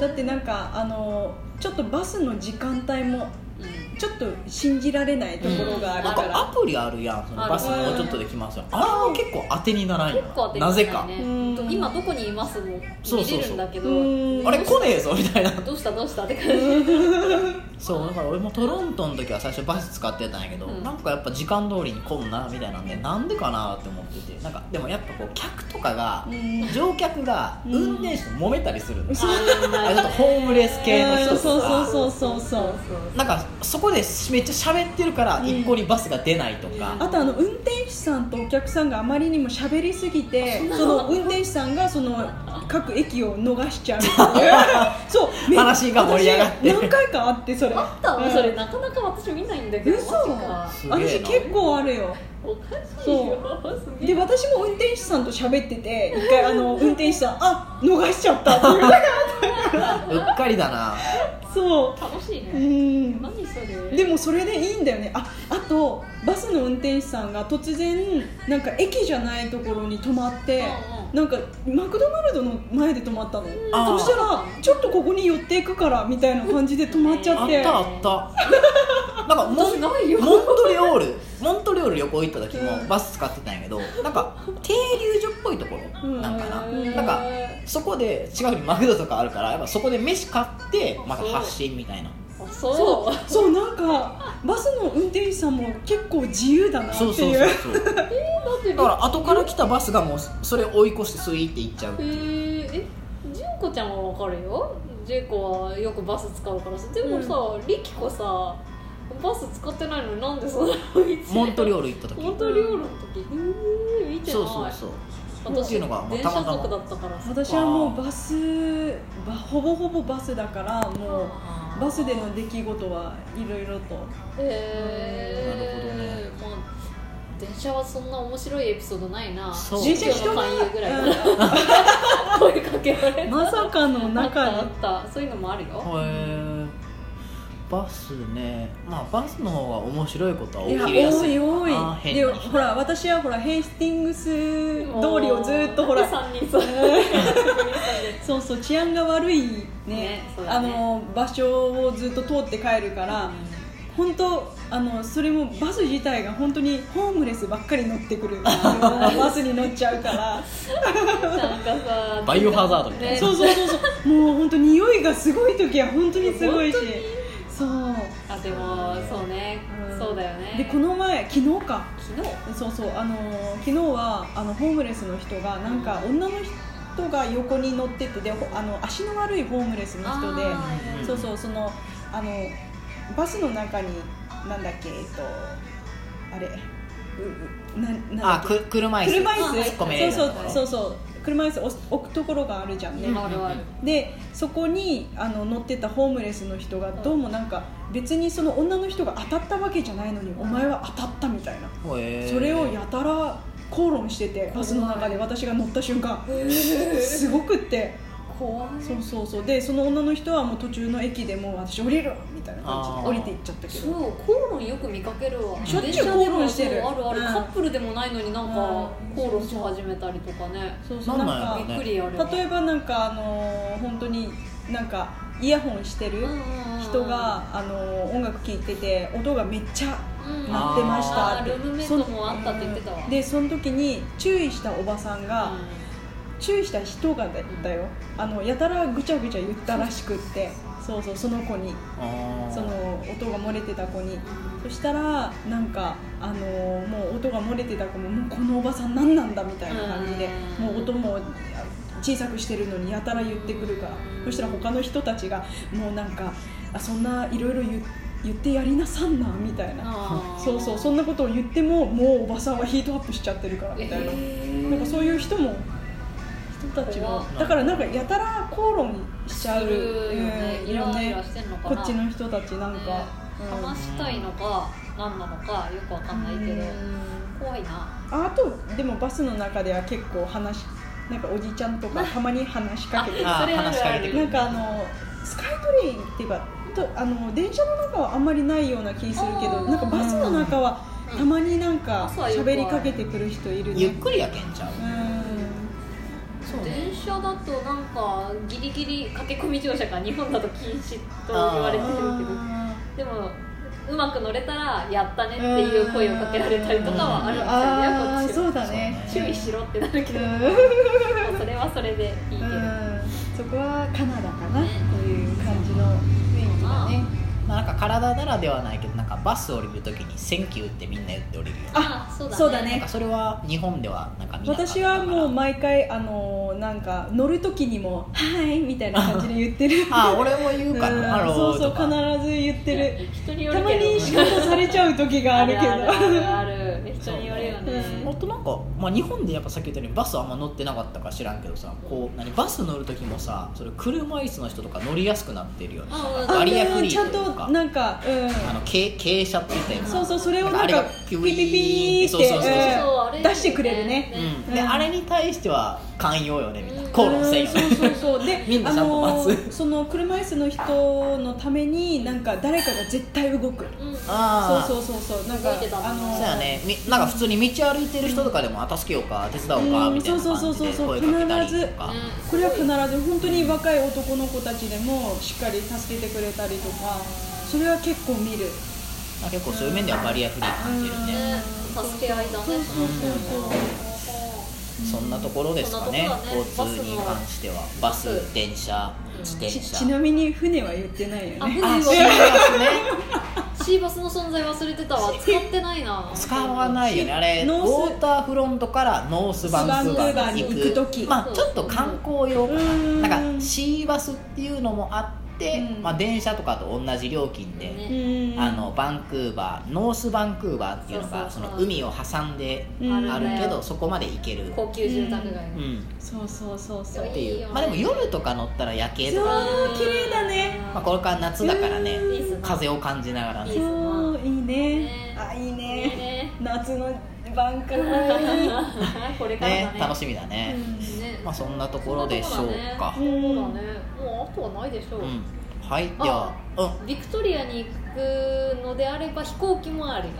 [SPEAKER 2] だってなんかあのちょっとバスの時間帯も
[SPEAKER 3] うん
[SPEAKER 2] ちょっと信じられないところが
[SPEAKER 1] ー
[SPEAKER 2] ある
[SPEAKER 1] なん
[SPEAKER 2] か、
[SPEAKER 1] からアプリあるやんそのバス
[SPEAKER 2] ある
[SPEAKER 1] もうちょっとで来ますよあれは結構当てにならんよ
[SPEAKER 3] 結構当てに
[SPEAKER 1] な
[SPEAKER 3] な
[SPEAKER 1] ぜ
[SPEAKER 3] い
[SPEAKER 1] か
[SPEAKER 3] ね
[SPEAKER 2] うん
[SPEAKER 3] 今どこにいますも見
[SPEAKER 1] そうそうそう
[SPEAKER 3] れるんだけど
[SPEAKER 2] うん
[SPEAKER 1] あれ来ねえぞみたいな
[SPEAKER 3] どうしたどうしたって感じ
[SPEAKER 1] そうだから俺もトロントの時は最初バス使ってたんやけど、
[SPEAKER 3] うん
[SPEAKER 1] なんかやっぱ時間通りに混んなみたいなんでなんでかなって思っててなんかでもやっぱこう客とかが
[SPEAKER 2] うん
[SPEAKER 1] 乗客が
[SPEAKER 2] うん
[SPEAKER 1] 運転手と揉めたりするんです、あ
[SPEAKER 3] あ
[SPEAKER 1] れちょっとホームレス系の人
[SPEAKER 2] う
[SPEAKER 1] と
[SPEAKER 2] んそう
[SPEAKER 1] か
[SPEAKER 2] そうそうそうそう
[SPEAKER 1] なんかそこでめっちゃ喋ってるから
[SPEAKER 2] うん
[SPEAKER 1] 一向にバスが出ないと
[SPEAKER 3] う
[SPEAKER 1] か、
[SPEAKER 2] あとあの運転手さんとお客さんがあまりにも喋りすぎてその運転手さんがその各駅を逃しちゃうっていうそうめ
[SPEAKER 1] 話が盛り上がって
[SPEAKER 2] 私何回かあってそれ
[SPEAKER 3] あったのそれなかなか私見ないんだけど
[SPEAKER 2] 嘘
[SPEAKER 3] マジか
[SPEAKER 1] すげえな
[SPEAKER 2] 私結構あるよ
[SPEAKER 3] おかしいよすげ
[SPEAKER 2] で
[SPEAKER 3] え
[SPEAKER 2] 私も運転手さんと喋ってて一回あの運転手さんあ逃しちゃったって言われて
[SPEAKER 1] うっかりだな
[SPEAKER 2] そ
[SPEAKER 3] 楽しいう
[SPEAKER 2] う
[SPEAKER 3] ね
[SPEAKER 2] ん
[SPEAKER 3] 何それ
[SPEAKER 2] でもそれでいいんだよねああとバスの運転手さんが突然なんか駅じゃないところに止まって
[SPEAKER 3] う
[SPEAKER 2] なんかマクドナルドの前で止まったの
[SPEAKER 1] あー
[SPEAKER 2] そしたらちょっとここに寄っていくからみたいな感じで止まっち
[SPEAKER 1] あ
[SPEAKER 2] ゃ
[SPEAKER 1] っ
[SPEAKER 2] って
[SPEAKER 1] たあ
[SPEAKER 2] [LAUGHS]
[SPEAKER 1] ったなんかモン
[SPEAKER 3] ないよ
[SPEAKER 1] モントリオールモントリオール旅行行った時
[SPEAKER 2] う
[SPEAKER 1] も
[SPEAKER 2] ん
[SPEAKER 1] バス使ってたんやけどなんか停留所っぽいところなんかな、
[SPEAKER 2] うん
[SPEAKER 1] なんかそこで近くにマクドとかあるからやっぱそこで飯買ってまた発信みたいな
[SPEAKER 3] あそう
[SPEAKER 2] そうそうなんかバスの運転手さんも結構自由だなって
[SPEAKER 1] そうそう
[SPEAKER 2] い
[SPEAKER 1] そう
[SPEAKER 2] う
[SPEAKER 1] そうだか
[SPEAKER 3] だって
[SPEAKER 1] ら後から来たバスがもうそれ追い越してスイーって行っちゃう
[SPEAKER 3] えーえじゃあこちゃんはわかるよジェイコはよくバス使うからさでもさ、リキコさバス使ってないのになんでそんなのいつ
[SPEAKER 1] モントリオール行った時
[SPEAKER 3] モントリオールの時うーん見てな
[SPEAKER 1] そ
[SPEAKER 3] い
[SPEAKER 1] うそうそうってい
[SPEAKER 3] 私
[SPEAKER 1] うのがもう
[SPEAKER 3] 電
[SPEAKER 1] たま
[SPEAKER 3] 車
[SPEAKER 1] たま
[SPEAKER 3] 族だったからさ
[SPEAKER 2] 私はもうバスばほぼほぼバスだからもうバスでの出来事はいろいろと
[SPEAKER 3] えー、
[SPEAKER 1] なる
[SPEAKER 3] まあ電車はそんな面白いエピソードないな
[SPEAKER 1] そう
[SPEAKER 2] 電
[SPEAKER 3] 電車
[SPEAKER 2] 車人
[SPEAKER 3] 人
[SPEAKER 2] が
[SPEAKER 3] の勧誘ぐらい
[SPEAKER 1] [LAUGHS]
[SPEAKER 3] かな声かけられた
[SPEAKER 2] まさかの
[SPEAKER 3] あっ
[SPEAKER 2] 中
[SPEAKER 3] たあ
[SPEAKER 2] に
[SPEAKER 3] ったそういうのもあるよ
[SPEAKER 1] へえバスねまあバスの方が面白いことはい
[SPEAKER 2] や
[SPEAKER 1] 起きりや
[SPEAKER 2] 多
[SPEAKER 1] すい
[SPEAKER 2] い多
[SPEAKER 1] あー
[SPEAKER 2] い
[SPEAKER 1] 変
[SPEAKER 2] で
[SPEAKER 1] な
[SPEAKER 2] ほら私はほらヘイスティングス
[SPEAKER 3] [LAUGHS]
[SPEAKER 2] 通りをずっと
[SPEAKER 1] [LAUGHS]
[SPEAKER 2] ほら
[SPEAKER 3] 3人そう
[SPEAKER 2] そうそう治安が悪いね
[SPEAKER 3] ねそう
[SPEAKER 2] あ
[SPEAKER 3] だね
[SPEAKER 2] の場所をずっと通って帰るから、本当あのそれもバス自体が本当にホームレスばっかり乗ってくるバスに乗っちゃう
[SPEAKER 3] [LAUGHS]
[SPEAKER 2] から
[SPEAKER 3] なんかさ
[SPEAKER 1] バイオハザードみたいな
[SPEAKER 3] ね
[SPEAKER 2] そうそうそうそうもう本当匂いがすごい時は本当にすごいし
[SPEAKER 3] 本当に
[SPEAKER 2] そう
[SPEAKER 3] あでもそうね、
[SPEAKER 2] うん
[SPEAKER 3] そうだよね
[SPEAKER 2] でこの前昨日か
[SPEAKER 3] 昨日
[SPEAKER 2] そうそうあのー昨日はあのホームレスの人がなんか女の人が横に乗っててでほあの足の悪いホームレスの人で
[SPEAKER 3] あー
[SPEAKER 2] そうそうそのあのバスの中になんだっけえっとあれううななんだ
[SPEAKER 1] あ
[SPEAKER 2] っけ
[SPEAKER 1] く車椅子
[SPEAKER 2] 車
[SPEAKER 3] 椅子
[SPEAKER 1] 突っ込めれる
[SPEAKER 2] そう
[SPEAKER 1] とこ
[SPEAKER 2] そう
[SPEAKER 1] ろ
[SPEAKER 2] そうそう車椅子置置くところがあるじゃんね、
[SPEAKER 1] うん
[SPEAKER 3] あるある
[SPEAKER 2] でそこにあの乗ってたホームレスの人がどうもなんか別にその女の人が当たったわけじゃないのにお前は当たったみたいな
[SPEAKER 1] へえ
[SPEAKER 2] それをやたら口論しててバスの中で私が乗った瞬間すごくって
[SPEAKER 3] 怖い
[SPEAKER 2] そうそうそうでその女の人はもう途中の駅でもう私降りるみたいな感じ
[SPEAKER 1] あー
[SPEAKER 2] で降りていっちゃったけ
[SPEAKER 3] そう
[SPEAKER 2] ど
[SPEAKER 3] 口論よく見かけるわ
[SPEAKER 2] しょっちゅ
[SPEAKER 3] 電
[SPEAKER 2] う
[SPEAKER 3] 車でも
[SPEAKER 2] 口論してる
[SPEAKER 3] そうあるある、
[SPEAKER 2] うん
[SPEAKER 3] カップルでもないのになんか
[SPEAKER 2] う
[SPEAKER 3] 口
[SPEAKER 2] ん
[SPEAKER 3] 論し始めたりとかね
[SPEAKER 2] そうそう
[SPEAKER 1] な
[SPEAKER 2] なんん
[SPEAKER 1] なんやろう
[SPEAKER 3] び
[SPEAKER 1] ね
[SPEAKER 2] か
[SPEAKER 3] っくりやる
[SPEAKER 2] 例えばなんかあのー本当になんかイヤホンしてる人があのー音楽聴いてて音がめっちゃ鳴ってました
[SPEAKER 3] あ
[SPEAKER 2] っ
[SPEAKER 3] ー
[SPEAKER 2] て
[SPEAKER 3] ルームメイトもあったって言ってたわ
[SPEAKER 2] うんでその時に注意したおばさんが、注意した人がだだよあのやたらぐちゃぐちゃ言ったらしくってそうそうその子に
[SPEAKER 1] あー
[SPEAKER 2] その音が漏れてた子にそしたらなんかあのーもう音が漏れてた子ももうこのおばさん何なんだみたいな感じで
[SPEAKER 3] うん
[SPEAKER 2] もう音も小さくしてるのにやたら言ってくるからそしたら他の人たちがもうなんかあそんないろいろ言言ってやりなさんなみたいなそうそうそん
[SPEAKER 3] な
[SPEAKER 2] なことを言ってももうおばさんはヒートアップしちゃってるからみたいな。なんかそういう人も人たちも
[SPEAKER 3] 怖
[SPEAKER 1] っ
[SPEAKER 2] だからなんかやたら口論しちゃう
[SPEAKER 3] よね
[SPEAKER 2] うん
[SPEAKER 3] イライラしてんのか
[SPEAKER 2] こ
[SPEAKER 3] な
[SPEAKER 2] っちの人たちなんか、うん
[SPEAKER 3] 話したいのか何なのかよくわかんないけど
[SPEAKER 2] うん
[SPEAKER 3] 怖いな
[SPEAKER 2] ああとでもバスの中では結構話なんかおじちゃんとかたまに話しかけて
[SPEAKER 1] あ
[SPEAKER 3] それある
[SPEAKER 1] 話しかけてく
[SPEAKER 2] な
[SPEAKER 1] る
[SPEAKER 2] んかあのスカイトレインっていうかとあの電車の中はあんまりないような気するけ
[SPEAKER 3] あ
[SPEAKER 2] ど
[SPEAKER 3] ー
[SPEAKER 2] なんかバスの中は
[SPEAKER 3] うん
[SPEAKER 2] たまになんか
[SPEAKER 3] 朝はよくある
[SPEAKER 2] 喋りかけてくる人いる
[SPEAKER 1] ゆっ
[SPEAKER 2] ね
[SPEAKER 1] くりやけんちゃう
[SPEAKER 2] う
[SPEAKER 1] そうね
[SPEAKER 3] 電車だとなんかギリギリ駆け込み乗車が日本だと禁止と言われて
[SPEAKER 2] ん
[SPEAKER 3] るけど
[SPEAKER 2] あー
[SPEAKER 3] でもうまく乗れたら「やったね」っていう声をかけられたりとかはある
[SPEAKER 2] あ
[SPEAKER 3] ん
[SPEAKER 2] ー
[SPEAKER 3] ですよねこ
[SPEAKER 2] そうだね
[SPEAKER 3] っちは注意しろってなるけど、まあそれはそれでいいけ
[SPEAKER 2] う
[SPEAKER 3] ど、
[SPEAKER 2] んそこはカナダかなという感じの雰囲気だね
[SPEAKER 1] まあなんか体ならではないけどなんかバス降りるときに「センキュー」ってみんな言って降りるよね
[SPEAKER 3] あそうだね
[SPEAKER 2] そうだ
[SPEAKER 1] なん
[SPEAKER 2] ね
[SPEAKER 1] かそれは日本ではなんか見なかった
[SPEAKER 2] 私
[SPEAKER 1] から
[SPEAKER 2] はもう毎回あのなんか乗る時にも「はい」みたいな感じで言ってる
[SPEAKER 1] あ俺も言うか
[SPEAKER 2] うん
[SPEAKER 1] らハロ
[SPEAKER 2] そう
[SPEAKER 1] ー
[SPEAKER 2] そ
[SPEAKER 1] とか
[SPEAKER 2] う必ず言ってる
[SPEAKER 3] 人によ
[SPEAKER 2] た
[SPEAKER 3] る
[SPEAKER 2] ま
[SPEAKER 3] けど
[SPEAKER 2] に仕事されちゃう時があるけど
[SPEAKER 3] あるあるあるある人によるよね
[SPEAKER 2] そう
[SPEAKER 1] あとなんか、まあ、日本でやっぱさっき言ったようにバスあんま乗ってなかったから知らんけどさこう何バス乗る時もさそれ車椅子の人とか乗りやすくなってるよね
[SPEAKER 3] あ
[SPEAKER 2] あ
[SPEAKER 1] バリア
[SPEAKER 2] で
[SPEAKER 1] フ
[SPEAKER 2] も
[SPEAKER 1] リー
[SPEAKER 2] ちゃん
[SPEAKER 1] という
[SPEAKER 2] と
[SPEAKER 1] か
[SPEAKER 2] なんかうん
[SPEAKER 1] あのけ傾斜って言ったよね
[SPEAKER 2] そうそうそれを
[SPEAKER 1] あ
[SPEAKER 2] なん
[SPEAKER 1] れが
[SPEAKER 2] か
[SPEAKER 1] ピ
[SPEAKER 2] ピ
[SPEAKER 1] ュ
[SPEAKER 2] ピ
[SPEAKER 1] イ
[SPEAKER 2] ピピー
[SPEAKER 1] そ
[SPEAKER 2] って
[SPEAKER 1] うそうそうそう
[SPEAKER 3] そうあ
[SPEAKER 2] う
[SPEAKER 3] れ
[SPEAKER 2] ん出してくれるね
[SPEAKER 1] うん、
[SPEAKER 2] ん
[SPEAKER 1] であれに対しては寛容よねみんな
[SPEAKER 3] うん
[SPEAKER 1] 口論せんよね
[SPEAKER 2] うんそうそうそうで
[SPEAKER 1] みんな
[SPEAKER 2] あ
[SPEAKER 1] ちゃんと
[SPEAKER 2] の
[SPEAKER 1] 待つ
[SPEAKER 2] その車椅子の人のためになんか誰かが絶対動く
[SPEAKER 3] うん
[SPEAKER 1] ああ
[SPEAKER 2] そうそうそうそうなんか
[SPEAKER 3] 動いてたもんね
[SPEAKER 2] あの
[SPEAKER 1] そうやねみなんか普通に道歩いてる人とかでも「あ助けようか手伝おうか」
[SPEAKER 2] うん
[SPEAKER 1] みたいな感
[SPEAKER 2] そう
[SPEAKER 1] じ
[SPEAKER 2] そうそう
[SPEAKER 1] で
[SPEAKER 2] そう
[SPEAKER 1] 声かけたりとか
[SPEAKER 2] これは必ず本当に若い男の子たちでもしっかり助けてくれたりとかそれは結構見る
[SPEAKER 1] まあ結構そういう面ではバリアフリー感じるね
[SPEAKER 3] ね助け合いだね
[SPEAKER 2] そうそうそう
[SPEAKER 1] そんなところですかね
[SPEAKER 3] そんなところだね
[SPEAKER 1] 交通に関してはバ
[SPEAKER 3] バ
[SPEAKER 1] ス
[SPEAKER 3] ス
[SPEAKER 1] 電車
[SPEAKER 3] うん
[SPEAKER 1] 自
[SPEAKER 2] そう
[SPEAKER 1] 転
[SPEAKER 2] ち
[SPEAKER 1] 車
[SPEAKER 2] ちなみに船は言ってないよ
[SPEAKER 3] あ
[SPEAKER 2] ね
[SPEAKER 3] 船は
[SPEAKER 1] あそうなんですね
[SPEAKER 3] シシーバスの存在忘れてたわ使ってないな
[SPEAKER 1] 使わないよねあれウ
[SPEAKER 2] ノース
[SPEAKER 1] ォーターフロントからノースバンクーバーに行く
[SPEAKER 2] スバンクーバーに行く時
[SPEAKER 1] まあ、ちょっと観光用か
[SPEAKER 2] う
[SPEAKER 1] なんなんかシーバスっていうのもあって、
[SPEAKER 2] うん
[SPEAKER 1] まあ、電車とかと同じ料金で、
[SPEAKER 2] う
[SPEAKER 3] ね
[SPEAKER 2] ん
[SPEAKER 1] あのバンクーバーノースバンクーバーっていうのがそ
[SPEAKER 3] そ
[SPEAKER 1] う
[SPEAKER 3] そうそう
[SPEAKER 1] の海を挟んで
[SPEAKER 2] うん
[SPEAKER 1] あるけどそこまで行ける、
[SPEAKER 3] 高級住宅街の
[SPEAKER 1] うん、
[SPEAKER 2] そうそうそうそう
[SPEAKER 1] ってい
[SPEAKER 3] いいよ
[SPEAKER 1] う
[SPEAKER 3] ね
[SPEAKER 1] まあでも夜とか乗ったら夜景
[SPEAKER 2] そ
[SPEAKER 1] と
[SPEAKER 2] う
[SPEAKER 1] か、
[SPEAKER 2] 綺麗だね
[SPEAKER 1] まあ、これから夏だからね
[SPEAKER 2] うん
[SPEAKER 3] いいっすね
[SPEAKER 1] 風を感じながら
[SPEAKER 3] いい
[SPEAKER 1] ね
[SPEAKER 2] そういいね
[SPEAKER 3] ね
[SPEAKER 2] あいい
[SPEAKER 3] いい
[SPEAKER 2] ね
[SPEAKER 3] ね
[SPEAKER 2] 夏のバンクーバーいい
[SPEAKER 3] これから
[SPEAKER 1] ね
[SPEAKER 3] だね
[SPEAKER 1] 楽しみだね、
[SPEAKER 2] うん
[SPEAKER 3] ね
[SPEAKER 1] まあそんなところでしょうか
[SPEAKER 3] そんなとこだねそうだねもうあとはないでしょう、
[SPEAKER 1] うんはいではう
[SPEAKER 3] ビクトリアに行くのであれば飛行機もあるよ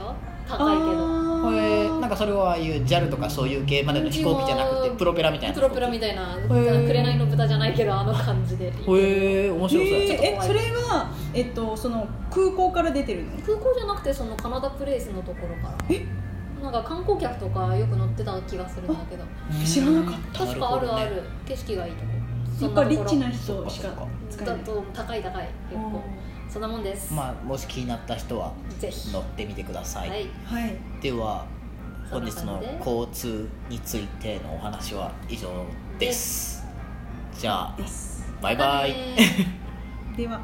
[SPEAKER 3] 高いけど
[SPEAKER 1] んこ
[SPEAKER 2] あ
[SPEAKER 1] れ
[SPEAKER 2] ー
[SPEAKER 1] なんかそれはああいう JAL とかそういう系までの飛行機じゃなく
[SPEAKER 3] う
[SPEAKER 1] て
[SPEAKER 3] ん
[SPEAKER 1] プロペラみたいな
[SPEAKER 3] プロペラみ
[SPEAKER 1] たい
[SPEAKER 3] たいな「
[SPEAKER 1] ー
[SPEAKER 3] 紅の豚」じゃないけどあの感じで
[SPEAKER 1] へえ面白そうや
[SPEAKER 2] ね
[SPEAKER 1] ちょっ
[SPEAKER 2] ええそれはえっとその空港から出てるの
[SPEAKER 3] 空港じゃなくてそのカナダプレイスのところから
[SPEAKER 2] え
[SPEAKER 3] なんか観光客とかよく乗ってた気がするんだけど
[SPEAKER 1] と
[SPEAKER 2] 知らなかった
[SPEAKER 3] 確かあるあ
[SPEAKER 1] な
[SPEAKER 3] る
[SPEAKER 1] ほ
[SPEAKER 3] 景色がいいとこ
[SPEAKER 2] や
[SPEAKER 3] そ
[SPEAKER 2] っ
[SPEAKER 3] ん
[SPEAKER 2] ぱ
[SPEAKER 3] な
[SPEAKER 2] リ
[SPEAKER 3] ところ
[SPEAKER 2] ッチな人しか使えな
[SPEAKER 3] だ
[SPEAKER 2] い
[SPEAKER 3] と高い高い結構そんなもんです、
[SPEAKER 1] どねまあもし気になった人は
[SPEAKER 3] ぜひ
[SPEAKER 1] 乗ってみてくださ、
[SPEAKER 3] はいい
[SPEAKER 2] はい
[SPEAKER 1] では本日
[SPEAKER 3] そんな
[SPEAKER 1] の
[SPEAKER 3] 感じで
[SPEAKER 1] 交通についてのお話は以上ですじゃあ
[SPEAKER 2] です
[SPEAKER 1] バイバイ
[SPEAKER 3] またねー
[SPEAKER 2] では